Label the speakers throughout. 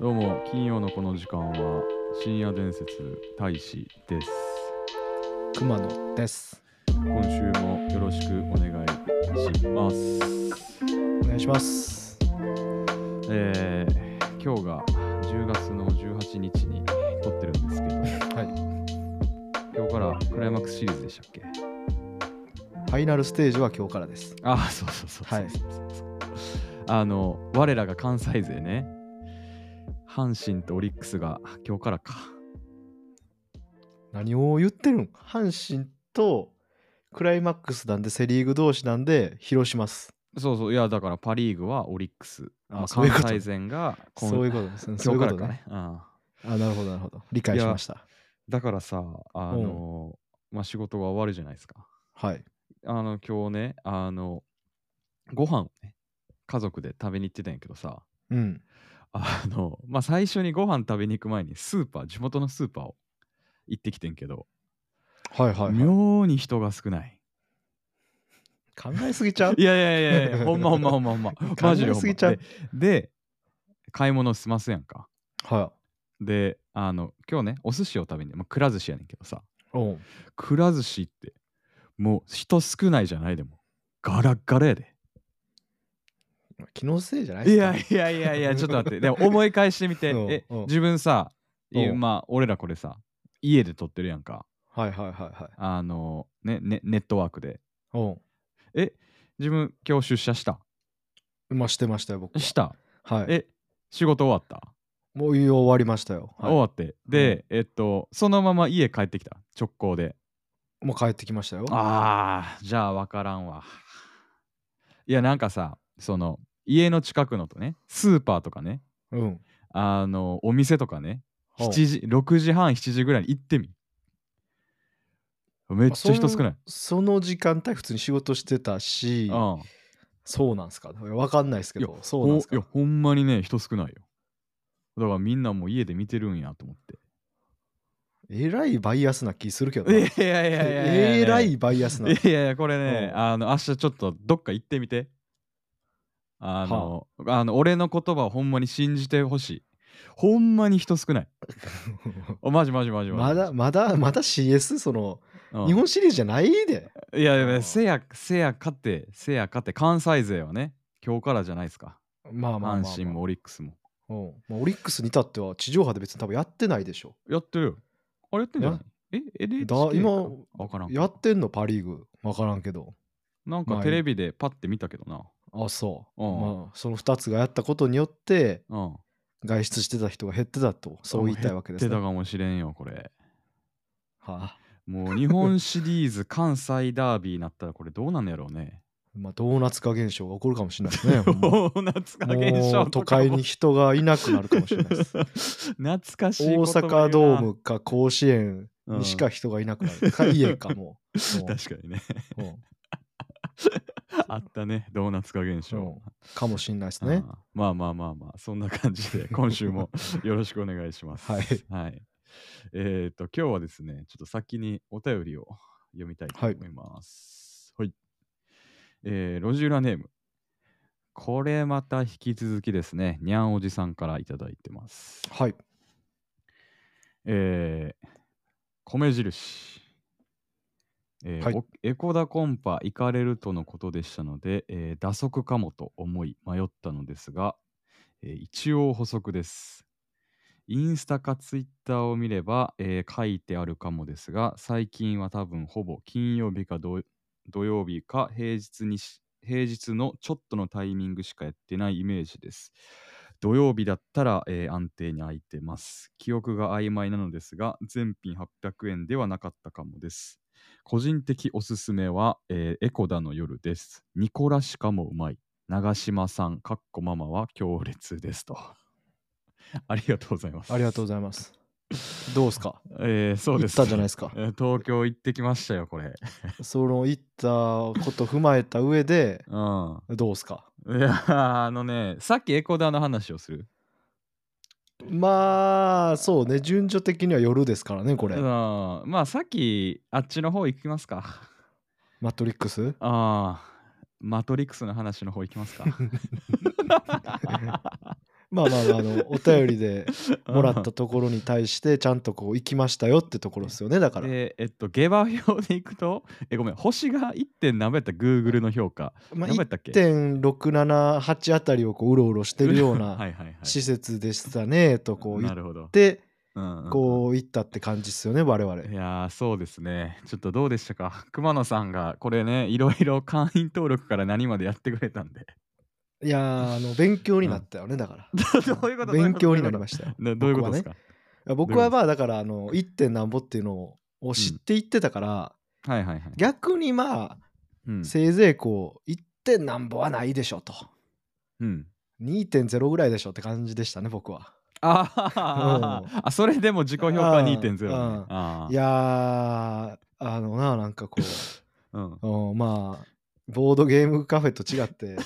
Speaker 1: どうも金曜のこの時間は深夜伝説大使です
Speaker 2: 熊野です。
Speaker 1: 今週もよろしくお願いします
Speaker 2: お願いします。
Speaker 1: えー、今日が10月の18日に撮ってるんですけど
Speaker 2: は
Speaker 1: 今日からクライマックスシリーズでしたっけ
Speaker 2: い。ファイナルステージは今日からです。
Speaker 1: ああそうそうそうそう
Speaker 2: はい
Speaker 1: あの我らが関西勢ね阪神とオリックスが今日からか
Speaker 2: 何を言ってるん阪神とクライマックスなんでセ・リーグ同士なんで広島っす。
Speaker 1: そうそういやだからパ・リーグはオリックス
Speaker 2: あ
Speaker 1: まあ
Speaker 2: そういう
Speaker 1: 関
Speaker 2: こと
Speaker 1: 西勢が今
Speaker 2: そういうことですね。そう
Speaker 1: 今
Speaker 2: い
Speaker 1: 日
Speaker 2: う
Speaker 1: か
Speaker 2: こ
Speaker 1: ら
Speaker 2: と
Speaker 1: かね
Speaker 2: ね。
Speaker 1: うん
Speaker 2: あなるほどなるほど。理解しました。
Speaker 1: だからさ、あのまあ、仕事が終わるじゃないですか。
Speaker 2: はい。
Speaker 1: あの、今日ね、あの、ご飯をね、家族で食べに行ってたんやけどさ、
Speaker 2: うん。
Speaker 1: あの、まあ、最初にご飯食べに行く前に、スーパー、地元のスーパーを行ってきてんけど、
Speaker 2: はいはい、はい。
Speaker 1: 妙に人が少ない。
Speaker 2: 考えすぎちゃう
Speaker 1: いやいやいやいや、ほんまほんまほんまほんま。マジでほ
Speaker 2: 考え
Speaker 1: ん
Speaker 2: す
Speaker 1: ま。
Speaker 2: ぎちゃう
Speaker 1: で、で買い物済ますやんか。
Speaker 2: は
Speaker 1: で、あの、今日ね、お寿司を食べに、まあ、くら寿司やねんけどさ、
Speaker 2: い。うん。
Speaker 1: くら寿司ってもう人少ないじゃないでもガラッガラやで
Speaker 2: 気のせいじゃない
Speaker 1: い
Speaker 2: ですか
Speaker 1: やいやいやいやちょっと待ってでも思い返して みて
Speaker 2: うん
Speaker 1: え
Speaker 2: うん
Speaker 1: 自分さい
Speaker 2: うん
Speaker 1: まあ俺らこれさ家で撮ってるやんか
Speaker 2: はいはいはいはい。
Speaker 1: あのねねネットワークで
Speaker 2: うん。
Speaker 1: え自分今日出社した
Speaker 2: まあ、してましたよ、僕は。
Speaker 1: した
Speaker 2: はい。
Speaker 1: え仕事終わった、
Speaker 2: もういいよ終わりましたよ。はい
Speaker 1: 終わってで、えっとそのまま家帰ってきた直行で
Speaker 2: もう帰ってきましたよ。
Speaker 1: あーじゃあ分からんわいやなんかさその家の近くのとねスーパーとかね
Speaker 2: うん。
Speaker 1: あのお店とかね
Speaker 2: うん
Speaker 1: 7時6時半7時ぐらいに行ってみめっちゃ人少ない
Speaker 2: その時間帯普通に仕事してたし、
Speaker 1: うん
Speaker 2: そうなんすかわかんないですけど、そうなん
Speaker 1: ほ
Speaker 2: すか
Speaker 1: いやほんまにね人少ないよだからみんなもう家で見てるんやと思って
Speaker 2: えらいバイアスな気するけどな。
Speaker 1: いやい
Speaker 2: えらいバイアスな。
Speaker 1: いやいやこれね、
Speaker 2: うん
Speaker 1: あの明日ちょっとどっか行ってみてあの,、あ、の俺の言葉をほんまに信じてほしいほんまに人少ないおマジマジマジマジ
Speaker 2: まだ、まだ、まだ CS、その、
Speaker 1: うん
Speaker 2: 日本シリーズじゃないで。
Speaker 1: いやいうや
Speaker 2: ん
Speaker 1: せやせやかてせやかて関西勢はね今日からじゃないですか
Speaker 2: まあまあまあまあ、
Speaker 1: 阪神もオリックスも
Speaker 2: うんまあオリックスに至っては地上波で別に多分やってないでしょ。
Speaker 1: やってるよあれやってんじゃないえ NHK
Speaker 2: だ今
Speaker 1: 分からん
Speaker 2: やってんのパ・リーグ。わからんけど。
Speaker 1: なんか
Speaker 2: まあ
Speaker 1: テレビでパッて見たけどな
Speaker 2: あ、そう。
Speaker 1: うん
Speaker 2: まあ、その2つがやったことによって、
Speaker 1: うん
Speaker 2: 外出してた人が減ってたと、そう言いたいわけです、
Speaker 1: 減って
Speaker 2: ね。
Speaker 1: たかもしれんよこれ
Speaker 2: はあ
Speaker 1: もう日本シリーズ関西ダービーになったらこれどうなんのやろう ね
Speaker 2: まあ、ドーナツ化現象が起こるかもしれな いですね。ほんま
Speaker 1: お夏か現
Speaker 2: も
Speaker 1: 象
Speaker 2: う
Speaker 1: と
Speaker 2: 都
Speaker 1: か
Speaker 2: 会
Speaker 1: も
Speaker 2: に人がいなくなるかもしれな いです。
Speaker 1: 懐かしい
Speaker 2: 大
Speaker 1: 言葉言うな
Speaker 2: 阪ドームか甲子園
Speaker 1: うん
Speaker 2: にしか人がいなくなる。か家かもう。も
Speaker 1: 確かにね
Speaker 2: うも
Speaker 1: あったねドーナツ化現
Speaker 2: う
Speaker 1: 象
Speaker 2: もうかもしれないですね。
Speaker 1: あーまあまあまあまあ、そんな感じ で今週もよろしくお願いします。
Speaker 2: はい。
Speaker 1: はい、えっ、と、今日はですね、ちょっと先にお便りを読みたいと思います。はい。えー、路地裏ネーム。これまた引き続きですね、にゃんおじさんからいただいてます。
Speaker 2: はい。
Speaker 1: えー、米印。えー
Speaker 2: はい
Speaker 1: おエコダコンパ行かれるとのことでしたので、えー打足かもと思い迷ったのですが、えー一応補足です。インスタかツイッターを見れば、えー書いてあるかもですが、最近は多分ほぼ金曜日か土土曜日か平日にし平日のちょっとのタイミングしかやってないイメージです。土曜日だったら、えー安定に空いてます。記憶が曖昧なのですが、全品800円ではなかったかもです。個人的おすすめは、えーエコダの夜です。ニコラシカもうまい。長島さん、かっこママは強烈ですと。 ありがとうございます。
Speaker 2: ありがとうございます。どうですか
Speaker 1: えーそう
Speaker 2: 行
Speaker 1: で
Speaker 2: っ
Speaker 1: す。
Speaker 2: たじゃないですか。
Speaker 1: えー東京行ってきましたよ、これ。
Speaker 2: その行ったこと踏まえた上で、
Speaker 1: うん。
Speaker 2: どうですか
Speaker 1: いやーあのね、さっきエコダの話をする。
Speaker 2: まあ、そうね。順序的には夜ですからね、これ。
Speaker 1: あーまあさっきあっちの方行きますか。
Speaker 2: マトリックス
Speaker 1: ああ、マトリックスの話の方行きますか。
Speaker 2: まあまあまあ、あの、お便りで もらったところに対して、ちゃんとこう、行きましたよってところですよね、だから。
Speaker 1: で、えっと、下馬表で行くと、え、ごめん、星が1点何倍やった ?Google の評価。
Speaker 2: ま
Speaker 1: 何
Speaker 2: あ、
Speaker 1: 倍やったっけ
Speaker 2: 1.678あたりをこう、うろうろしてるよう
Speaker 1: は
Speaker 2: な
Speaker 1: はい
Speaker 2: い
Speaker 1: はい。
Speaker 2: 施設でしたね、とこう言
Speaker 1: な
Speaker 2: っ
Speaker 1: るほど。
Speaker 2: て、
Speaker 1: うんうんうん
Speaker 2: こう行ったって感じですよね、我々。
Speaker 1: いやーそうですね。ちょっとどうでしたか熊野さんがこれね、いろいろ会員登録から何までやってくれたん で。
Speaker 2: いやー、あの、勉強になったよね、だから。
Speaker 1: どういうこと
Speaker 2: 勉強になりましたよ。
Speaker 1: などういうことですか
Speaker 2: いや僕はまあだからあの1点なんぼっていうのを知っていってたから、
Speaker 1: はいはいはい。
Speaker 2: 逆にまあ、
Speaker 1: うん
Speaker 2: せいぜいこう1点なんぼはないでしょと
Speaker 1: うん
Speaker 2: 2.0ぐらいでしょって感じでしたね僕は。
Speaker 1: ああ
Speaker 2: う
Speaker 1: あ、それでも自己評価
Speaker 2: うん
Speaker 1: 2.0、ね。
Speaker 2: うん
Speaker 1: あー
Speaker 2: いやーあのななんかこ
Speaker 1: うん
Speaker 2: う、うんまあボードゲームカフェと違 って。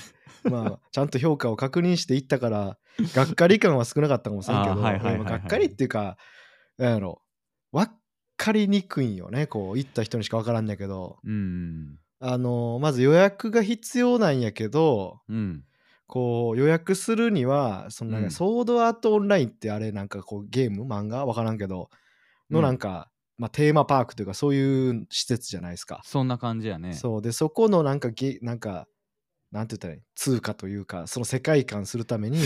Speaker 2: まあ、ちゃんと評価を確認していったからがっかり感は少なかったかもしれんけ
Speaker 1: あー
Speaker 2: ど
Speaker 1: はいはいはいはい
Speaker 2: うんがっかりっていうかなんやろ分かりにくいんよねこう行った人にしか分からんやけど
Speaker 1: うん。
Speaker 2: あのまず予約が必要なんやけど
Speaker 1: うん。
Speaker 2: こう予約するにはそのなん
Speaker 1: うん
Speaker 2: かソードアートオンラインってあれなんかこうゲーム漫画わからんけどの
Speaker 1: うん
Speaker 2: なんか、まあ、テーマパークというかそういう施設じゃないですか。
Speaker 1: そんな感じやね。
Speaker 2: そうでそこのなんかゲなんかなんて言ったらいい通貨というかその世界観するた めに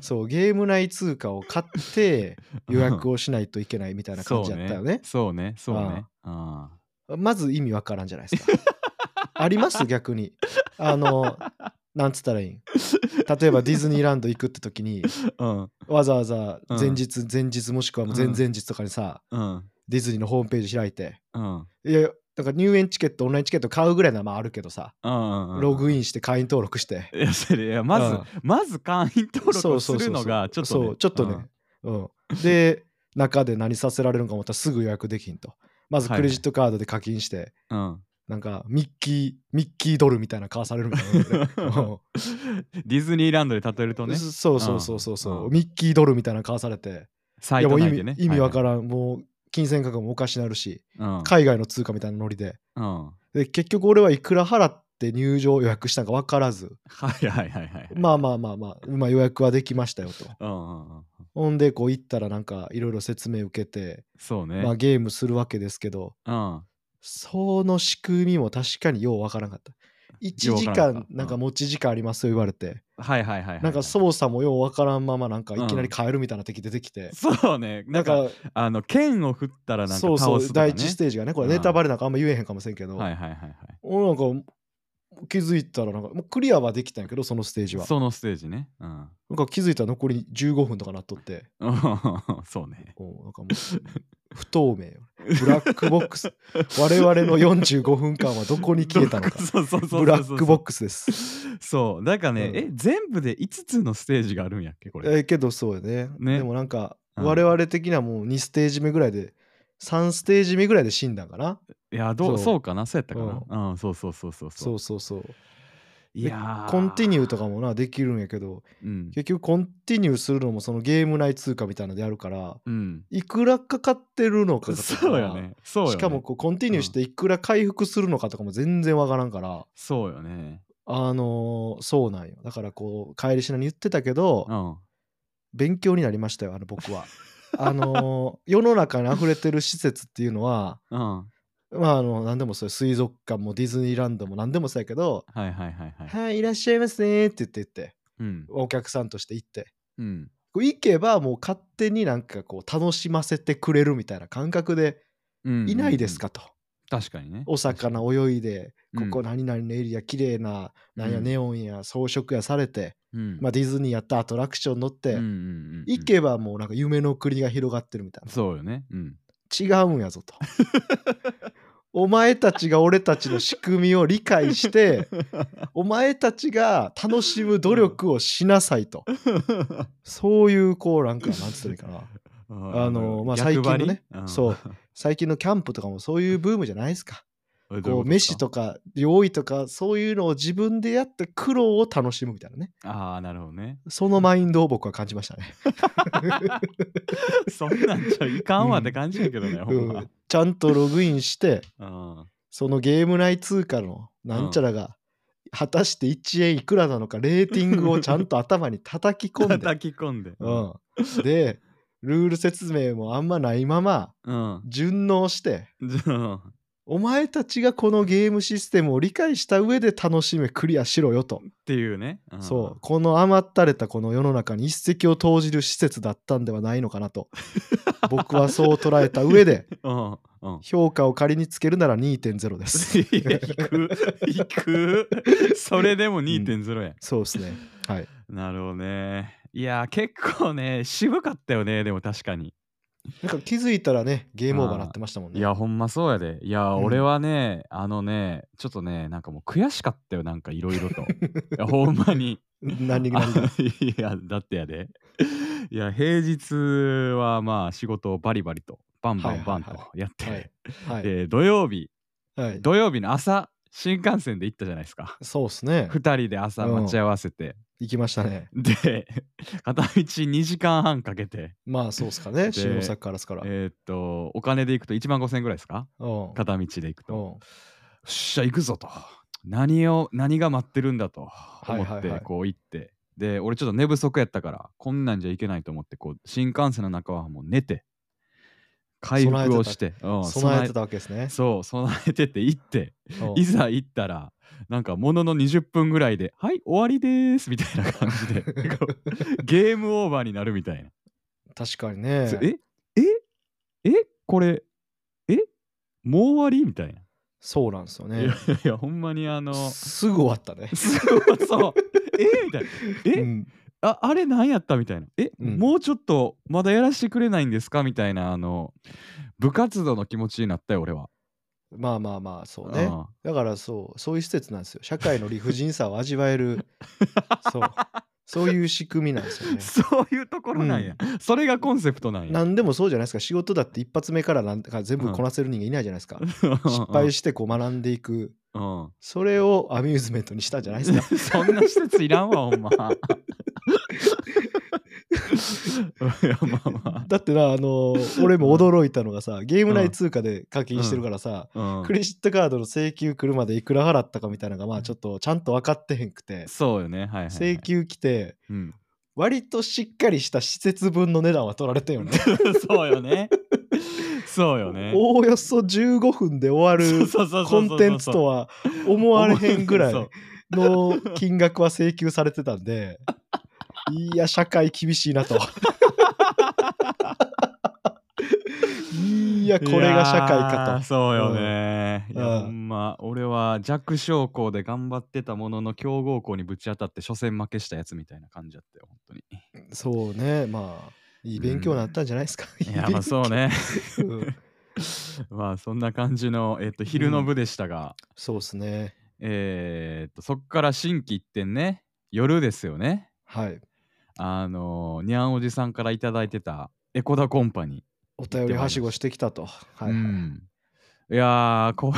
Speaker 2: そうゲーム内通貨を買って予約をしないといけないみたいな感じやったよね。
Speaker 1: そうね、そうね。あ
Speaker 2: まず意味わからんじゃないですか。あります逆に。あの、なんつったらいいん例えばディズニーランド行くって時に、
Speaker 1: あ。うん。
Speaker 2: わざわざ
Speaker 1: うん
Speaker 2: 前日、前日もしくはもう前々日とかにさ、
Speaker 1: うん。
Speaker 2: ディズニーのホームページ開いて、
Speaker 1: うん。
Speaker 2: いや、だから入園チケット、オンラインチケット買うぐらいならまああるけどさ、
Speaker 1: うん。
Speaker 2: ログ
Speaker 1: イ
Speaker 2: インして会員登録して。
Speaker 1: ン。いや、それ、いや、まず、まず会員登録をするのが、ちょっと、ね。
Speaker 2: そう、ちょっとね。うん。で、 中で何させられるのか思ったらすぐ予約できんと。まずクレジットカードで課金して、
Speaker 1: うん。うん。
Speaker 2: なんかミッキー、ミッキードルみたいなの買わされるみたいな ねうん。
Speaker 1: ディズニーランドで例えるとね、
Speaker 2: そうそうそうそうそう、
Speaker 1: うん
Speaker 2: ミッキードルみたいなの買わされて、
Speaker 1: サ
Speaker 2: い
Speaker 1: イ
Speaker 2: やも
Speaker 1: ト
Speaker 2: う
Speaker 1: 内
Speaker 2: 意味,、
Speaker 1: でね。
Speaker 2: 意味わか
Speaker 1: ん。
Speaker 2: らん、もう金銭価格もおかしなるし、
Speaker 1: うん。
Speaker 2: 海外の通貨みたいなノリで
Speaker 1: うん。
Speaker 2: で結局俺はいくら払って入場予約したんか分からず
Speaker 1: はいはいはいはい。
Speaker 2: まあまあまあまあ、まあ、予約はできましたよと
Speaker 1: うんうんうん。
Speaker 2: ほんでこう行ったらなんかいろいろ説明受けて、
Speaker 1: そうね。
Speaker 2: まあ、ゲームするわけですけど
Speaker 1: うん。
Speaker 2: その仕組みも確かにようわからんかった1時
Speaker 1: ようわからんかっ
Speaker 2: 間
Speaker 1: た
Speaker 2: なんか持ち時間ありますと言われて、
Speaker 1: はいはいはいはい。
Speaker 2: なんか
Speaker 1: う。
Speaker 2: 操作もようわからんままなんかいき
Speaker 1: う
Speaker 2: な
Speaker 1: ん
Speaker 2: り変えるみたいな敵出てきて、
Speaker 1: そうね。な
Speaker 2: なん
Speaker 1: んか、
Speaker 2: か
Speaker 1: あの、剣を振ったらなんか
Speaker 2: そうそ
Speaker 1: 倒
Speaker 2: う、
Speaker 1: すとか、
Speaker 2: 第
Speaker 1: ね。
Speaker 2: 一ステージがねこれ
Speaker 1: うん
Speaker 2: ネタバレなんかあんま言えへんかもしれんけど、
Speaker 1: はいはいはいは
Speaker 2: 俺なんか気づいたらなんかもうクリアはできたんやけどそのステージ
Speaker 1: い。
Speaker 2: は
Speaker 1: そのステージね。うん。
Speaker 2: なんか気づいたら残り15分とかなっとって
Speaker 1: そうね。
Speaker 2: おなんかもう不透明よブラックボックス我々の45分間はどこに消えたの か
Speaker 1: そうそうそうそう
Speaker 2: ブラックボッ
Speaker 1: ク
Speaker 2: クスです
Speaker 1: そう。だからね、
Speaker 2: うん
Speaker 1: え、全部で5つのステージがあるんやっけ、これ。
Speaker 2: えーけどそうよね
Speaker 1: ね
Speaker 2: でもなんか
Speaker 1: うん
Speaker 2: 我々的にはもう2ステージ目ぐらいで3ステージ目ぐらいで死んだんかない
Speaker 1: や、どう、
Speaker 2: そう
Speaker 1: そうかな、そうやったかな。うん、そうそうそうそう。
Speaker 2: そうそうそう
Speaker 1: いやー
Speaker 2: コンティニューとかもなできるんやけど
Speaker 1: うん。
Speaker 2: 結局コンティニューするのもそのゲーム内通貨みたいなのでやるから
Speaker 1: うん。
Speaker 2: いくらかかってるのかとか
Speaker 1: そうよね。そうよ、ね。
Speaker 2: しかもこうコンティニューしていくら回復するのかとかも全然わからんから、
Speaker 1: そうよね。
Speaker 2: あのーそうなんよだからこう帰りしなに言ってたけど、
Speaker 1: うん。
Speaker 2: 勉強になりましたよあの僕は あのー世の中に溢れてる施設っていうのは
Speaker 1: うん。は
Speaker 2: まああの何でもそうよ水族館もディズニーランドも何でもそうやけど
Speaker 1: いはいはいはい
Speaker 2: 「。はいいらっしゃいますね」って言って言って
Speaker 1: うん。
Speaker 2: お客さんとして行って
Speaker 1: うん。
Speaker 2: こう行けばもう勝手になんかこう楽しませてくれるみたいな感覚で
Speaker 1: うん
Speaker 2: いないですかと、
Speaker 1: 確かにね。
Speaker 2: お魚泳いでこ
Speaker 1: うん
Speaker 2: こ何々のエリア綺麗ななんや
Speaker 1: うん
Speaker 2: ネオンや装飾やされて、
Speaker 1: うん。
Speaker 2: まあ、ディズニーやったアトラクション乗って、
Speaker 1: うんうんうんうん
Speaker 2: 行けばもうなんか夢の国が広がってるみたい
Speaker 1: そうよね。うん。
Speaker 2: な違うんやぞ とお前たちが俺たちの仕組みを理解 してお前たちが楽しむ努力をしなさいとそういうこうなんかなんつったらいいかな
Speaker 1: あ
Speaker 2: あのまあ
Speaker 1: 逆張り
Speaker 2: 最近のね
Speaker 1: うん
Speaker 2: そう最近のキャンプとかもそういうブームじゃないですか
Speaker 1: えどい
Speaker 2: こ
Speaker 1: こ
Speaker 2: う
Speaker 1: とです
Speaker 2: 飯とか料理とかそういうのを自分でやった苦労を楽しむみたいなね
Speaker 1: ああ、なるほどね。
Speaker 2: そのマインドを僕は感じましたね、
Speaker 1: そんなんじゃいかんわって感じやけど ね、ほ
Speaker 2: うん
Speaker 1: ま
Speaker 2: ん、ちゃんとログインして
Speaker 1: うん。
Speaker 2: そのゲーム内通貨のなんちゃらが果たして1円いくらなのかレーティングをちゃんと頭に叩き込ん で、
Speaker 1: 叩き込んで。
Speaker 2: うん、でルール説明もあんまないまま
Speaker 1: うん。
Speaker 2: 順応して
Speaker 1: じゃ あ、
Speaker 2: お前たちがこのゲームシステムを理解した上で楽しめクリアしろよと、
Speaker 1: っていうね。うん
Speaker 2: そうこの甘ったれたこの世の中に一石を投じる施設だったんではないのかな と僕はそう捉えた上で
Speaker 1: うん。うん。
Speaker 2: 評価を仮につけるなら2.0です
Speaker 1: いや引く引くそれでも2.0や、
Speaker 2: そうですねはい
Speaker 1: なるほどねいや結構ね渋かったよねでも確かに
Speaker 2: なんか気づいたらねゲームオーバーなってましたもんね
Speaker 1: いやほんまそうやでいや、
Speaker 2: うん
Speaker 1: 俺はねあのねちょっとねなんかもう悔しかったよなんかいろいろといやほんま に
Speaker 2: 何が 何が
Speaker 1: あいやだってやでいや平日はまあ仕事をバリバリとバンバンバンと
Speaker 2: はいは
Speaker 1: やって、
Speaker 2: はいはい、
Speaker 1: で土曜日
Speaker 2: はい、
Speaker 1: 土曜日の朝新幹線で行ったじゃないですか
Speaker 2: そうですね
Speaker 1: 2人で朝
Speaker 2: うん
Speaker 1: 待ち合わせて、
Speaker 2: 行きましたね
Speaker 1: で片道2時間半かけて
Speaker 2: まあそうっすか
Speaker 1: で
Speaker 2: ね新大阪からですから、
Speaker 1: えーっとお金で行くと1万5,000円ぐらいですか
Speaker 2: うん
Speaker 1: 片道で行くと
Speaker 2: うん
Speaker 1: よっしゃ行くぞと何を何が待ってるんだと
Speaker 2: い
Speaker 1: 思
Speaker 2: はいは
Speaker 1: っ
Speaker 2: い
Speaker 1: てこう行って、で俺ちょっと寝不足やったからこんなんじゃいけないと思ってこう新幹線の中はもう寝て回復をしてうん
Speaker 2: 備えてたわけですね。
Speaker 1: そう備えてて行って
Speaker 2: うん
Speaker 1: いざ行ったらなんかものの20分ぐらいで「はい終わりです」みたいな感じ でこうゲームオーバーになるみたいな。
Speaker 2: 確かにね。
Speaker 1: えええこれえもう終わりみたいな。
Speaker 2: そうなんですよ
Speaker 1: いや
Speaker 2: ね。
Speaker 1: いやほんまにあの
Speaker 2: すぐ終わったね。
Speaker 1: すごい そう。えみたいな。え、
Speaker 2: うん
Speaker 1: ああれなんやったみたいな。え、
Speaker 2: うん
Speaker 1: もうちょっとまだやらせてくれないんですかみたいなあの部活動の気持ちになったよ俺は。
Speaker 2: まあまあまあ、そうね。
Speaker 1: あ
Speaker 2: だからそう、そういう施設なんですよ。社会の理不尽さを味わ える、そう、そういう仕組みなんですよ
Speaker 1: あ
Speaker 2: ね。
Speaker 1: そういうところなんや。それがコンセプトなんや。
Speaker 2: 何でもそうじゃないですか。仕事だって一発目からなんか全部こなせる人間いないじゃな いですか。失敗してこう学んでいく。
Speaker 1: うん、
Speaker 2: それをアミューズメントにしたんじゃないですか。
Speaker 1: そんな施設いらんわ、ほん ま。いや、まあま
Speaker 2: だってな、あのー俺も驚いたのがさ、ゲーム内通貨で課金してるからさ、
Speaker 1: あ。うん
Speaker 2: クレジットカードの請求来るまでいくら払ったかみたいなのがまあちょっとちゃんと分かってへんくて
Speaker 1: そうよね、はいはい、はい。
Speaker 2: 請求来て
Speaker 1: うん。
Speaker 2: 割としっかりした施設分の値段は取られてんよね
Speaker 1: そうよね。そうよね。
Speaker 2: おおよそ15分で終わ
Speaker 1: そう
Speaker 2: る
Speaker 1: そうそう
Speaker 2: コ
Speaker 1: そう
Speaker 2: ンテンツとは思われへんぐらい
Speaker 1: そう
Speaker 2: の金額は請求されてたん でいや社会厳しい なといや これが社会
Speaker 1: いやー
Speaker 2: か
Speaker 1: そうよね。
Speaker 2: うん
Speaker 1: いや、
Speaker 2: うん
Speaker 1: ほんま、俺は弱小校で頑張ってたものの強豪校にぶち当たって、初戦負けしたやつみたいな感じだったよ、本当に。
Speaker 2: とそうねまあいい勉強になったんじゃないですか、
Speaker 1: いや、まあそうね。
Speaker 2: いい勉強、うん
Speaker 1: まあそんな感じの、えっと、昼の部でしたが、
Speaker 2: そうですね
Speaker 1: えーっと、そっから新規一点ね、夜ですよね。
Speaker 2: はい。
Speaker 1: あのー、にゃんおじさんからいただいてたエコダコンパニー。
Speaker 2: お便りはしごしてきたと。はい、はい
Speaker 1: うんいやー、こ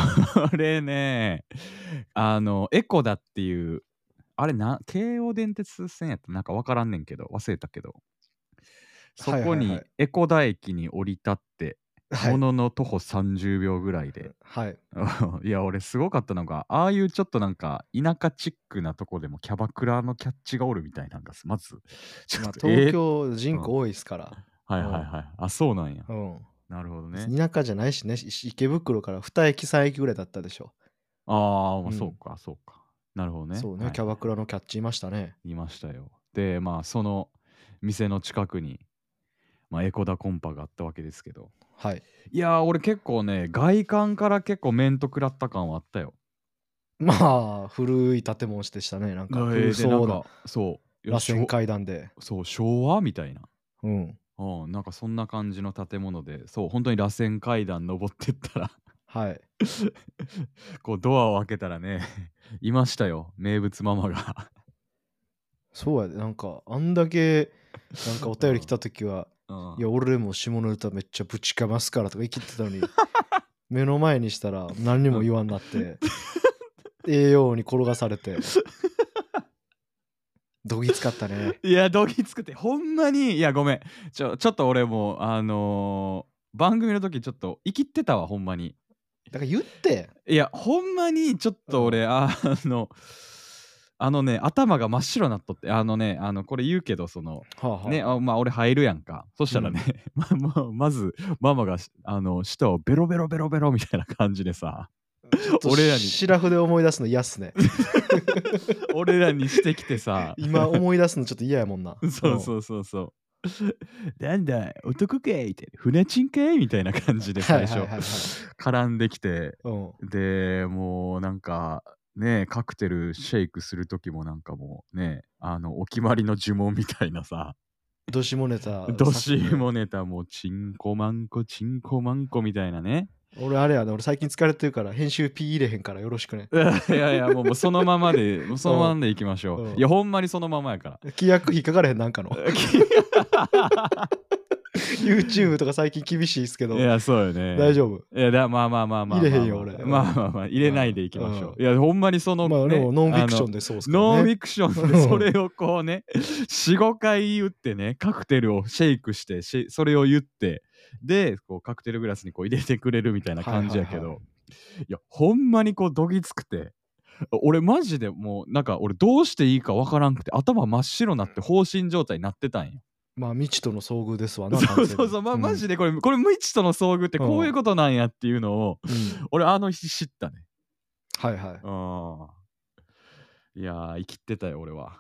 Speaker 1: れね、あの、エコダっていう、あれな、京王電鉄線やったなんかわからんねんけど、忘れたけど、そ
Speaker 2: はいは
Speaker 1: こ
Speaker 2: いはい
Speaker 1: にエコダ駅に降り立って、
Speaker 2: はい
Speaker 1: ものの徒歩30秒ぐらいで、
Speaker 2: はい。
Speaker 1: いや、俺すごかったのが、ああいうちょっとなんか田舎チックなとこでもキャバクラのキャッチがおるみたいなんです、まず。ちょっ
Speaker 2: まあ、
Speaker 1: と
Speaker 2: 東、
Speaker 1: えー
Speaker 2: 京人口多いですから。
Speaker 1: はいはいはい。あ、そうなんや。
Speaker 2: うん。
Speaker 1: なるほどね。
Speaker 2: 田舎じゃないしね、し池袋から2駅3駅ぐらいだったでしょ。
Speaker 1: ああ、ま
Speaker 2: う
Speaker 1: あ、
Speaker 2: ん
Speaker 1: そうか、そうか。なるほどね。
Speaker 2: そうね、
Speaker 1: はい
Speaker 2: キャバクラのキャッチいましたね。
Speaker 1: いましたよ。で、まあ、その店の近くに、まあ、エコダコンパがあったわけですけど。
Speaker 2: はい。
Speaker 1: いやー、俺結構ね、外観から結構面と食らった感はあったよ。
Speaker 2: まあ、古い建物でしたね。なんか
Speaker 1: え
Speaker 2: 古
Speaker 1: ーでな
Speaker 2: そ
Speaker 1: ん
Speaker 2: うな
Speaker 1: か、そう。いや
Speaker 2: 螺旋階段で。
Speaker 1: 昭そう、昭和みたいな。
Speaker 2: うん。
Speaker 1: うん、なんかそんな感じの建物でそう本当に螺旋階段登ってったら
Speaker 2: はい。
Speaker 1: こうドアを開けたらね いましたよ名物ママが
Speaker 2: そうやで、なんか、あんだけ、なんかお便り来た時は、
Speaker 1: うん、
Speaker 2: いや、俺も下ネタめっちゃぶちかますからとか言い切ってたのに、 目の前にしたら何にも言わんなって 栄養に転がされてどぎつかったね
Speaker 1: いやどぎつくてほんまにいやごめんちょちょっと俺もうあのー番組の時ちょっと生きてたわほんまに
Speaker 2: だから言って
Speaker 1: いやほんまにちょっと俺、あのあのね頭が真っ白なっとってあのねあのこれ言うけどその
Speaker 2: はあはあ
Speaker 1: ねあまあ俺入るやんかそしたらね、 まままずママがあの舌をベロベロベロベロみたいな感じでさ
Speaker 2: ちょっと
Speaker 1: 俺らに
Speaker 2: シラフで思い出すの嫌っすね
Speaker 1: 俺らにしてきて さ
Speaker 2: 今思い出すのちょっと嫌やもんな
Speaker 1: そう
Speaker 2: うん
Speaker 1: そうそうそう。なんだ男かいって船ちんかいみたいな感 じで
Speaker 2: はい
Speaker 1: 最
Speaker 2: は
Speaker 1: 初
Speaker 2: いはいはい
Speaker 1: 絡んできて
Speaker 2: うん
Speaker 1: でもうなんかねカクテルシェイクする時もなんかもうねあのお決まりの呪文みたいなさ
Speaker 2: どしも ネタ
Speaker 1: どしもネタもうちんこまんこちんこまんこみたいなね
Speaker 2: 俺あれやね俺最近疲れてるから編集 P 入れへんからよろしくね
Speaker 1: いやいやもうもうそのままでもうそのままでいきましょ
Speaker 2: うん
Speaker 1: ういやほんまにそのままやから
Speaker 2: 規約引っかかれへんなんかの YouTube とか最近厳しいっすけど
Speaker 1: いやそうよ ね
Speaker 2: 大丈夫
Speaker 1: いやだまあまあまあまあ
Speaker 2: 入れへん
Speaker 1: まあ
Speaker 2: よ
Speaker 1: まあ
Speaker 2: 俺
Speaker 1: まあまあまあ入れないでいきましょ
Speaker 2: う
Speaker 1: ういやほんまにその
Speaker 2: まあで
Speaker 1: ね
Speaker 2: もノンフィクショ
Speaker 1: あ
Speaker 2: ンでそうっすから
Speaker 1: のノンフ
Speaker 2: ね
Speaker 1: ィクション
Speaker 2: うん
Speaker 1: でそれをこうね45回言ってねカクテルをシェイクしてシェそれを言ってでこうカクテルグラスにこう入れてくれるみたいな感じやけど、
Speaker 2: はい
Speaker 1: い
Speaker 2: はい
Speaker 1: やほんまにこうどぎつくて俺マジでもうなんか俺どうしていいかわからんくて頭真っ白になって放心状態になってたんよ
Speaker 2: まあ未知との遭遇ですわな
Speaker 1: そうそうそうまあマジ
Speaker 2: で、
Speaker 1: でこれ、これ無知との遭遇ってこういうことなんやっていうのを
Speaker 2: うん うん
Speaker 1: 俺あの日知ったね
Speaker 2: はいはい
Speaker 1: あいやー生きてたよ俺 は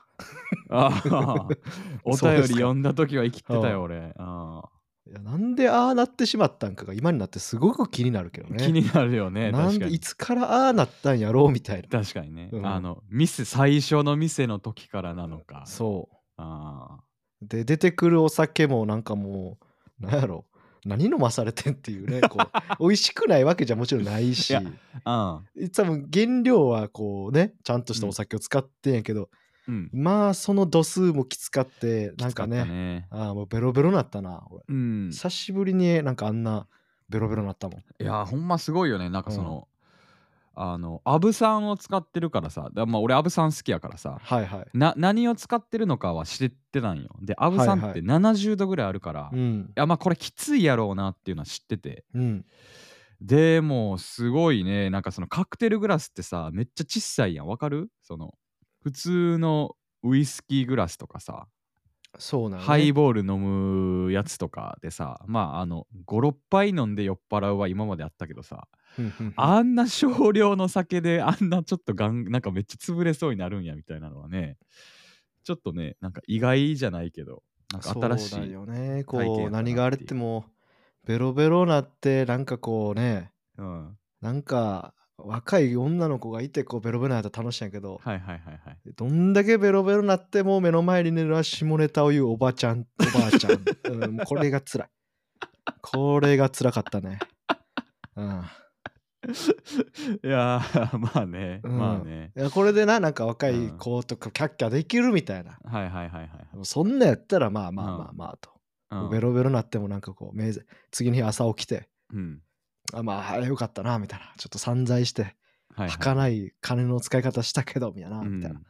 Speaker 1: あーお
Speaker 2: そうで
Speaker 1: 便
Speaker 2: す
Speaker 1: り
Speaker 2: か
Speaker 1: 読んだ時は生きてた
Speaker 2: う
Speaker 1: よ俺あ
Speaker 2: いやなんでああなってしまったんかが今になってすごく気になるけど
Speaker 1: ー、
Speaker 2: ね。
Speaker 1: 気になるよね
Speaker 2: なん
Speaker 1: 確
Speaker 2: で
Speaker 1: か
Speaker 2: い
Speaker 1: に
Speaker 2: つからああなったんやろうみたいな。
Speaker 1: 確かにね、
Speaker 2: うん
Speaker 1: あの店最初の店の時からなのか
Speaker 2: そ
Speaker 1: あ
Speaker 2: う。で出てくるお酒もなんかもうなんやろ何飲まされてんっていうねこ う美味しくないわけじゃもちろんないし
Speaker 1: いやあ
Speaker 2: 多分原料はこうねちゃんとしたお酒を使ってんやけど、
Speaker 1: うん
Speaker 2: まあその度数もきつかってなんか
Speaker 1: きつ
Speaker 2: ね
Speaker 1: ったね
Speaker 2: ああもうベロベロなったな俺、
Speaker 1: うん
Speaker 2: 久しぶりになんかあんなベロベロなったもん。
Speaker 1: いやーほんますごいよねなんかその、あのアブ酸を使ってるからさだまあ俺アブ酸好きやからさ
Speaker 2: はいはい。
Speaker 1: な何を使ってるのかは知ってたんよでアブ酸
Speaker 2: は
Speaker 1: っ
Speaker 2: いはい
Speaker 1: て70度ぐらいあるから、い
Speaker 2: うん。
Speaker 1: やまあこれきついやろうなっていうのは知ってて
Speaker 2: うん。
Speaker 1: でもうすごいねなんかそのカクテルグラスってさめっちゃ小さいやんわかるその普通のウイスキーグラスとかさ、
Speaker 2: そうなんやね
Speaker 1: ハイボール飲むやつとかでさまああの56杯飲んで酔っ払うは今まであったけどさ
Speaker 2: うんうんうん
Speaker 1: あんな少量の酒であんなちょっとがん なんかめっちゃ潰れそうになるんやみたいなのはねちょっとねなんか意外じゃないけどなんか新し
Speaker 2: そうだ
Speaker 1: い、
Speaker 2: よねこ
Speaker 1: 体験や
Speaker 2: う
Speaker 1: ったなってい
Speaker 2: 何
Speaker 1: う
Speaker 2: があれってもベロベロなってなんかこうね
Speaker 1: うん、はい
Speaker 2: なんか若い女の子がいてこうベロベロなったら楽しいんやけど
Speaker 1: はいはいはい
Speaker 2: どんだけベロベロなっても目の前に寝るのは下ネタを言うおばちゃんおばあちゃん、うん、これが辛いこれが辛かったねうん、
Speaker 1: いやー まあね、
Speaker 2: うん
Speaker 1: まあね
Speaker 2: いやこれでななんか若い子とかキャッキャできるみたいな、
Speaker 1: はいはいはいはい
Speaker 2: そんなんやったらまあまあ
Speaker 1: うん
Speaker 2: まあまあと、
Speaker 1: うん
Speaker 2: ベロベロなってもなんかこう目覚次の日朝起きて
Speaker 1: うん
Speaker 2: あまあよかったなみたいなちょっと散財して
Speaker 1: はいはい
Speaker 2: 儚い金の使い方したけどみたいな
Speaker 1: うん
Speaker 2: みたいな、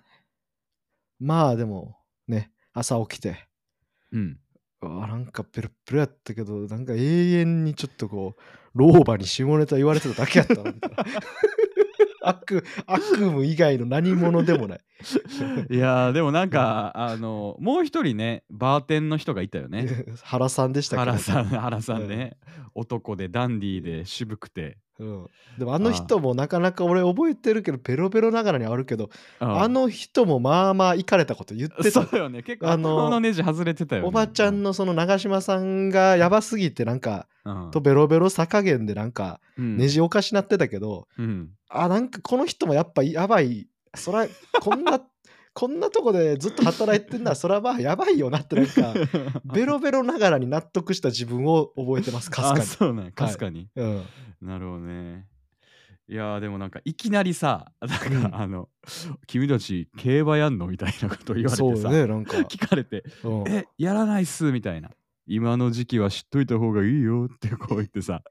Speaker 2: まあでもね朝起きて
Speaker 1: うん
Speaker 2: うわなんかペルペルやったけどなんか永遠にちょっとこう老婆に下ネタ言われてただけやったわ みたいな悪悪夢以外の何者でもない
Speaker 1: いやーでもなんかあのもう一人ねバーテンの人がいたよね
Speaker 2: 原さんでしたけど
Speaker 1: 原さん原さんね、男でダンディーで渋くて
Speaker 2: うん、でもあの人もなかなか俺覚えてるけどベロベロながらにあるけど
Speaker 1: うん
Speaker 2: あの人もまあまあいかれたこと言ってた
Speaker 1: そうよね結構
Speaker 2: あ
Speaker 1: あ
Speaker 2: の
Speaker 1: ののネジ外れてたよね
Speaker 2: おばちゃんのその長嶋さんがやばすぎてなんか
Speaker 1: うん
Speaker 2: とベロベロさ加減でなんか
Speaker 1: うん
Speaker 2: ネジおかしなってたけど、
Speaker 1: うん
Speaker 2: あなんかこの人もやっぱやばいそらこ んなこんなとこでずっと働いてんならそらまあやばいよなってなん かベロベロながらに納得した自分を覚えてますか
Speaker 1: あ
Speaker 2: すか
Speaker 1: そうなんかすかに、
Speaker 2: に、うん、
Speaker 1: なるほどねいやーでもなんかいきなりさなんか、
Speaker 2: うん
Speaker 1: あの「君たち競馬やんの?」みたいなこと言われて
Speaker 2: そうよ
Speaker 1: さ、
Speaker 2: ねなんか、
Speaker 1: 聞かれて
Speaker 2: う
Speaker 1: 「
Speaker 2: ん
Speaker 1: えやらないっす」みたいな今の時期は知っといた方がいいよってこう言って さ、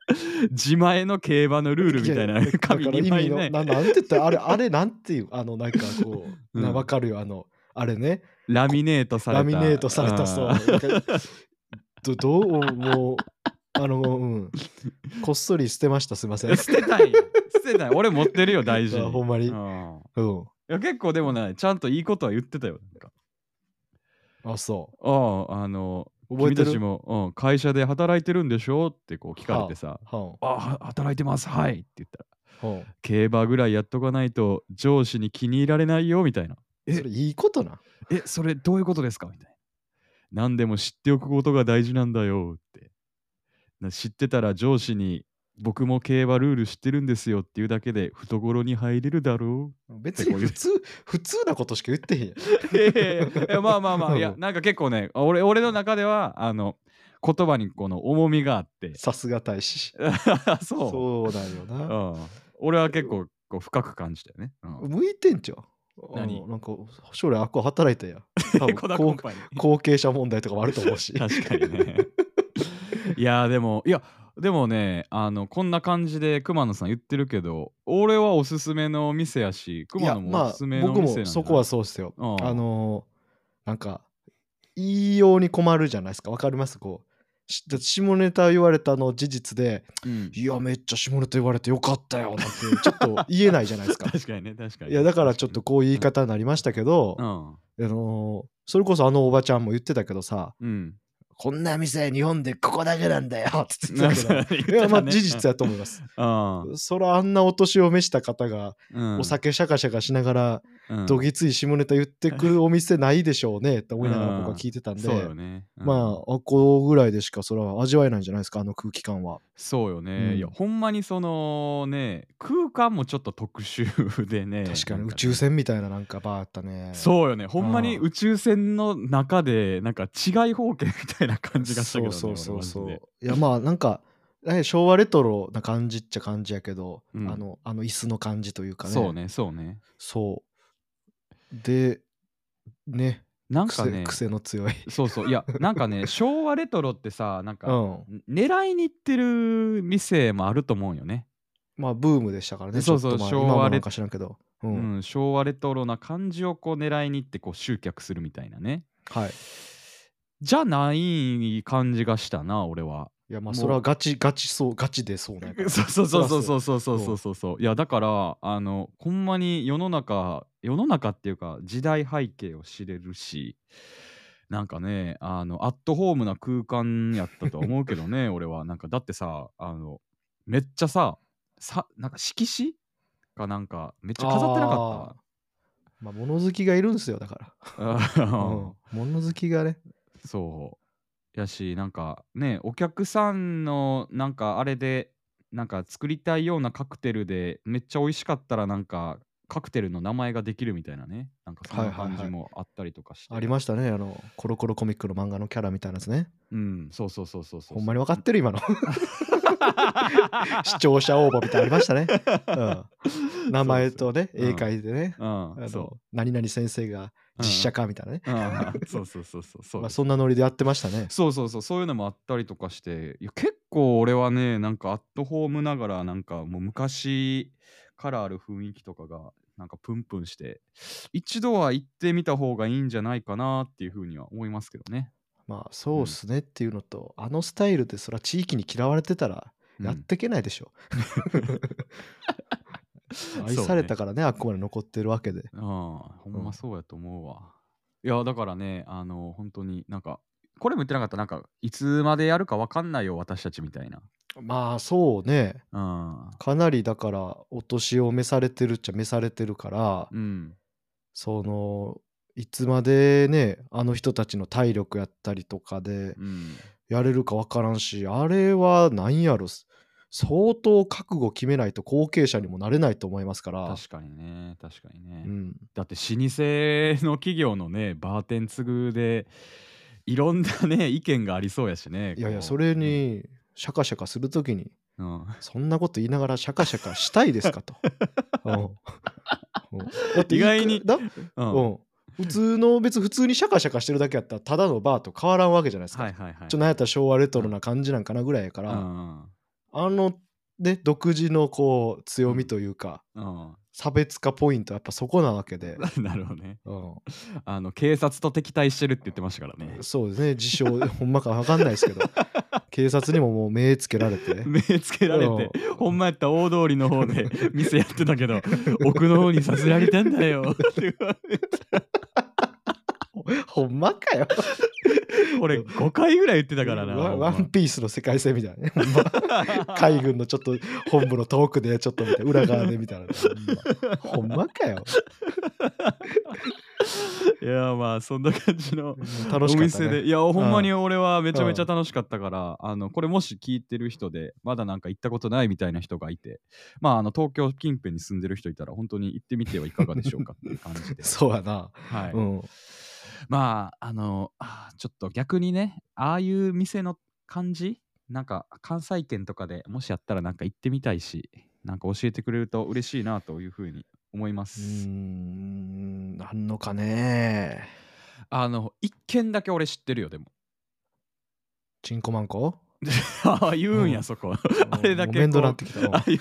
Speaker 1: 自前の競馬のルールみたいな紙
Speaker 2: に
Speaker 1: 2枚ね、
Speaker 2: ななんて言ったらあ れあれなんていうあのなんかこ
Speaker 1: う
Speaker 2: う、
Speaker 1: ん
Speaker 2: なわかるよあのあれね
Speaker 1: ラミネートされた。
Speaker 2: ラミネートされたそう
Speaker 1: あ
Speaker 2: なんかどどうもうあのうんこっそり捨てましたすいません、
Speaker 1: ー 捨てたいよ。捨てたい。俺持ってるよ、 大事に。
Speaker 2: あほん まに
Speaker 1: うん
Speaker 2: うん、
Speaker 1: いや結構でもね、ちゃんといいことは言ってたよ。なんか
Speaker 2: あそ
Speaker 1: ああ、あの、
Speaker 2: う覚えて
Speaker 1: 君たち
Speaker 2: る
Speaker 1: も、うん、会社で働いてるんでしょってこう聞かれてさ、
Speaker 2: はん
Speaker 1: あは働いてます、はいって言ったら、
Speaker 2: はん
Speaker 1: 競馬ぐらいやっとかないと上司に気に入られないよみたいな。え
Speaker 2: それいいことな
Speaker 1: え、それどういうことですかみたいな。何でも知っておくことが大事なんだよって。な知ってたら上司に僕も競馬ルール知ってるんですよっていうだけで懐に入れるだろ
Speaker 2: 別に普通普通なことしか言ってへんやん
Speaker 1: う。いやい やいやまあまあまあ、いや
Speaker 2: う、ん
Speaker 1: なんか結構ね、俺俺の中では、あの、言葉にこの重みがあ って。
Speaker 2: さすが大使
Speaker 1: そう
Speaker 2: そうだよ
Speaker 1: う
Speaker 2: な、
Speaker 1: ん。俺は結構こう深く感じたよね。うん
Speaker 2: 向いてんじゃん
Speaker 1: 何
Speaker 2: あのなんか将来あっこ働い たやん多分
Speaker 1: コダ
Speaker 2: こ
Speaker 1: コ
Speaker 2: う
Speaker 1: ンパニー
Speaker 2: 後継者問題とかもあると思うし
Speaker 1: 確かにねいやーでもいやでもねあのこんな感じで熊野さん言ってるけど俺はおすすめのお店やし
Speaker 2: い
Speaker 1: 熊
Speaker 2: や
Speaker 1: 野も
Speaker 2: ま
Speaker 1: お
Speaker 2: あ
Speaker 1: すすめのお
Speaker 2: 僕
Speaker 1: 店なんじゃない
Speaker 2: もそこはそうですよ
Speaker 1: うん
Speaker 2: あのーなんか言いように困るじゃないですかわかりますこうしだって下ネタ言われたの事実で
Speaker 1: うん
Speaker 2: 「いやめっちゃ下ネタ言われてよかったよ」なんてちょっと言えないじゃないですか
Speaker 1: 確かにね確かに
Speaker 2: いやだからちょっとこういう言い方になりましたけど、
Speaker 1: うん
Speaker 2: あのーそれこそあのおばちゃんも言ってたけどさ
Speaker 1: うん
Speaker 2: 「こんな店日本でここだけなんだよ」って言
Speaker 1: な
Speaker 2: っ
Speaker 1: ん
Speaker 2: てた
Speaker 1: か
Speaker 2: け
Speaker 1: 言ってたね
Speaker 2: ど いやまあ事実だと思い ます
Speaker 1: うん
Speaker 2: そらあんなお年を召した方が
Speaker 1: うん
Speaker 2: お酒シャカシャカしながら
Speaker 1: うん
Speaker 2: どぎつい下ネタ言ってくるお店ないでしょうねって思いながら僕は聞いて たんで、
Speaker 1: そうよねうん
Speaker 2: まああっこぐらいでしかそれは味わえないんじゃないですかあの空気感は
Speaker 1: そうよね、
Speaker 2: うん
Speaker 1: いやほんまにそのね空間もちょっと特殊でね
Speaker 2: 確かに
Speaker 1: なん
Speaker 2: 宇宙船みたいななんかバーあったね
Speaker 1: そうよねほんまに
Speaker 2: うん
Speaker 1: 宇宙船の中でなんか違い方形みたいな感じがしたけど、ね、
Speaker 2: そうそうそう
Speaker 1: 俺マジで
Speaker 2: そういやまあなんかね昭和レトロな感じっちゃ感じやけど、
Speaker 1: うん
Speaker 2: あのあの椅子の感じというかね
Speaker 1: そうねそうね
Speaker 2: そうでね
Speaker 1: なんか
Speaker 2: 癖
Speaker 1: ね
Speaker 2: 癖の強い
Speaker 1: そうそういやなんか ね昭和レトロってさなん
Speaker 2: う
Speaker 1: か、
Speaker 2: ん
Speaker 1: 狙いに行ってる店もあると思うよね、
Speaker 2: まあブームでしたからね
Speaker 1: そうそう
Speaker 2: ちょっと
Speaker 1: 昭
Speaker 2: ま
Speaker 1: 和
Speaker 2: あ
Speaker 1: レ
Speaker 2: 今もなんか知らんけどう、
Speaker 1: うんん昭和レトロな感じをこう狙いに行ってこう集客するみたいなね
Speaker 2: はい
Speaker 1: じゃない感じがしたな俺は。
Speaker 2: いやま
Speaker 1: も
Speaker 2: あ
Speaker 1: う
Speaker 2: それはガチガチそうガチでそうね
Speaker 1: そうそうそうそうそうそうそうそうそういやだからあのほんまに世の中世の中っていうか時代背景を知れるしなんかねあのアットホームな空間やったとは思うけど ね俺はなんかだってさあのめっちゃささなんか色紙かなんかめっちゃ飾ってなか
Speaker 2: まあ物好きがいるんですよだか
Speaker 1: った
Speaker 2: ら、うん、物好きがね
Speaker 1: そうやしなんかねお客さんのなんかあれでなんか作りたいようなカクテルでめっちゃ美味しかったらなんかカクテルの名前ができるみたいなねなんかそんな
Speaker 2: はいはい
Speaker 1: 感
Speaker 2: はい
Speaker 1: じもあったりとかして、
Speaker 2: ありましたねあのコロコロコミックの漫画のキャラみたいなやつね
Speaker 1: うんそうそうそうそうそう
Speaker 2: ほんまに分か ってる今の視聴者応募みたいなのありましたね、うん、名前とね
Speaker 1: そうそう
Speaker 2: 絵描いてね、
Speaker 1: うん
Speaker 2: あの
Speaker 1: そ
Speaker 2: 何々先生が
Speaker 1: う
Speaker 2: 実写化みたいなね、
Speaker 1: うん うんそうそうそうそうそう
Speaker 2: まあ、そんなノリでやってましたね
Speaker 1: そうそうそうそういうのもあったりとかしていや結構俺はねなんかアットホームながらなんかもう昔からある雰囲気とかがなんかプンプンして一度は行ってみた方がいいんじゃないかなっていうふうには思いますけどね。
Speaker 2: まあそうっすねっていうのと、あのスタイルでそら地域に嫌われてたら
Speaker 1: うん
Speaker 2: やってけないでしょ、愛されたからねあくまで残ってるわけで
Speaker 1: ああほんまそうやと思うわ。いやだからねあの本当になんかこれも言ってなかったなんかいつまでやるかわかんないよ私たちみたいな。
Speaker 2: まあそうね
Speaker 1: うん
Speaker 2: かなりだからお年を召されてるっちゃ召されてるから、
Speaker 1: うん
Speaker 2: そのいつまでねあの人たちの体力やったりとかで
Speaker 1: うん
Speaker 2: やれるか分からんしあれは何やろす相当覚悟決めないと後継者にもなれないと思いますから、
Speaker 1: 確かにね確かにね。
Speaker 2: うん、
Speaker 1: だって老舗の企業のねバーテン継ぐでいろんなね 意見がありそうやしね
Speaker 2: いや
Speaker 1: こ
Speaker 2: いや
Speaker 1: う
Speaker 2: それにシャカシャカするときに
Speaker 1: うん、うん
Speaker 2: そんなこと言いながらシャカシャカ したいですかと。うんうんだっていいか
Speaker 1: 意外に
Speaker 2: だ
Speaker 1: う
Speaker 2: うんん普通の別に普通にシャカシャカしてるだけやったらただのバーと変わらんわけじゃないですか、
Speaker 1: はいはいはい。
Speaker 2: ちょっとなんやったら昭和レトロな感じなんかなぐらいやから、
Speaker 1: うん
Speaker 2: あのね独自のこう強みというか、
Speaker 1: うん
Speaker 2: 差別化ポイントはやっぱそこなわけで、
Speaker 1: うん なるほどね。
Speaker 2: うん、
Speaker 1: あの警察と敵対してるって言ってましたからね。
Speaker 2: そうですね自称 ほんまかわかんないですけど警察にももう目つけられて
Speaker 1: 目つけられて、
Speaker 2: うん
Speaker 1: ほんまやったら大通りの方 で店やってたけど、奥の方にさせられてんだ よ。
Speaker 2: ほんまかよ
Speaker 1: これ5回ぐらい言ってたからな。
Speaker 2: ワン
Speaker 1: ほん
Speaker 2: ワ
Speaker 1: ま
Speaker 2: ンピースの世界線みたいなねほ んま海軍のちょっと本部の遠くでちょっとみたいな裏側でみたいなほんまほんまかよ
Speaker 1: いや、まあそんな感じの。
Speaker 2: 楽し
Speaker 1: お
Speaker 2: かった
Speaker 1: 店で
Speaker 2: ね
Speaker 1: いやほんまに俺はめちゃめちゃ楽しかったから、あのこれもし聞いてる人でまだなんか行ったことないみたいな人がいてまああの東京近辺に住んでる人いたら本当に行ってみてはいかがでしょうかっていう感じで、
Speaker 2: そうやな、
Speaker 1: はい
Speaker 2: うん
Speaker 1: まああのあーちょっと逆にねああいう店の感じなんか関西圏とかでもしやったらなんか行ってみたいしなんか教えてくれると嬉しいなというふうに思いま
Speaker 2: うー
Speaker 1: す、
Speaker 2: んあんのかね
Speaker 1: あの一軒だけ俺知ってるよ でも
Speaker 2: ちんこまんこ
Speaker 1: ああ言うんや、
Speaker 2: うん
Speaker 1: そ こ あれだけこう
Speaker 2: 面倒なってきたうん
Speaker 1: ああいう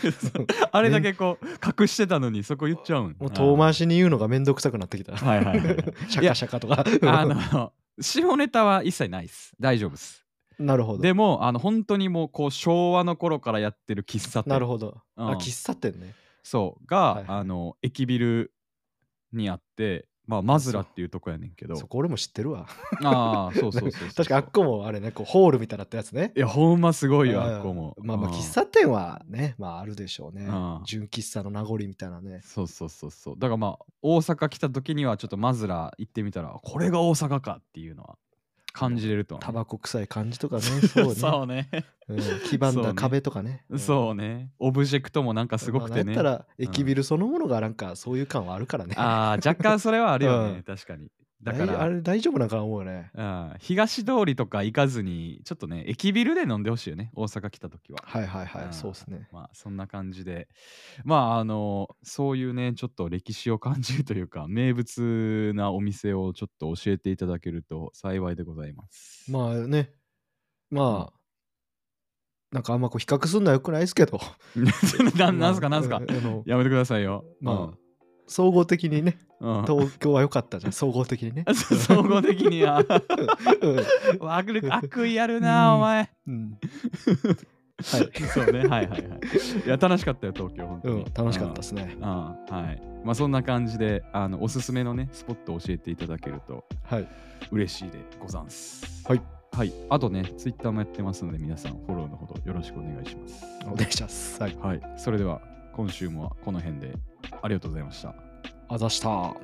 Speaker 1: あれだけこう隠してたのにそこ言っちゃうん
Speaker 2: もう遠回しに言うのがめんどくさくなってきた。
Speaker 1: はいはいはいはい
Speaker 2: シャカシャカとか。
Speaker 1: あーあの下ネタは一切ないです大丈夫です
Speaker 2: なるほど。
Speaker 1: でもあの本当にもうこう昭和の頃からやってる喫茶店
Speaker 2: なるほど。
Speaker 1: うん
Speaker 2: あ、喫茶店ね。
Speaker 1: そうが、
Speaker 2: はいはい
Speaker 1: あの駅ビルにあってまあマズラっていうとこやねんけど
Speaker 2: そこ俺も知ってるわ。
Speaker 1: ああそうそうそうそう
Speaker 2: 確かあっこもあれね、こうホールみたいなってやつね
Speaker 1: い。やほんますごいよ
Speaker 2: うん
Speaker 1: あっこも
Speaker 2: まあまあ
Speaker 1: うん
Speaker 2: 喫茶店はね、まああるでしょうね
Speaker 1: うん。
Speaker 2: 純喫茶の名残みたいなね。
Speaker 1: そうそうそうそうだからまあ大阪来た時にはちょっとマズラ行ってみたらこれが大阪かっていうのは感じれるとはね
Speaker 2: タバコ臭い感じとか ね。
Speaker 1: そ
Speaker 2: そうう
Speaker 1: そ
Speaker 2: ね。
Speaker 1: うね。
Speaker 2: うん黄ばん
Speaker 1: そうね
Speaker 2: だ壁とかね。うん
Speaker 1: そうね。オブジェクトもなんかすごくて
Speaker 2: ま
Speaker 1: ね
Speaker 2: あ。なんやったら駅ビルそのものがなんかそういう感はあるからね。
Speaker 1: ああ、若干それはあるよね。
Speaker 2: うん
Speaker 1: 確かに。だ
Speaker 2: 大
Speaker 1: から、
Speaker 2: あれ大丈夫なんかな思うよね。
Speaker 1: うん東通りとか行かずに、ちょっとね、駅ビルで飲んでほしいよね。大阪来た時は。
Speaker 2: はいはいは
Speaker 1: うん
Speaker 2: い、そうですね。
Speaker 1: まあ、そんな感じで。まあ、あの、そういうね、ちょっと歴史を感じるというか、名物なお店をちょっと教えていただけると幸いでございます。
Speaker 2: まあね、まあ、なんかあんまこう比較すんのはよくないですけど。
Speaker 1: ななんすか、なんすか
Speaker 2: う。んあの
Speaker 1: やめてくださいよ。
Speaker 2: まあ、総合的にね、
Speaker 1: うん、 うん。。
Speaker 2: 東京は良かったじゃん、総合的にね
Speaker 1: 総合的には。
Speaker 2: うん
Speaker 1: 悪る悪意あるな、
Speaker 2: うん
Speaker 1: お前。
Speaker 2: うんはい、
Speaker 1: そうね、はいはいはい。い や、楽しかったよ、東京、本当
Speaker 2: う
Speaker 1: に。
Speaker 2: ん、楽しかったですね。
Speaker 1: うん。うんはい。まあ、そんな感じで、あのおすすめのね、スポットを教えていただけると
Speaker 2: はい、
Speaker 1: 嬉しいでござんす。
Speaker 2: はい。
Speaker 1: はい。あとね、ツイッターもやってますので、皆さんフォローのほどよろしくお願いします。
Speaker 2: お願いします。はい、
Speaker 1: はい。それでは、今週もこの辺でありがとうございました。
Speaker 2: あざした。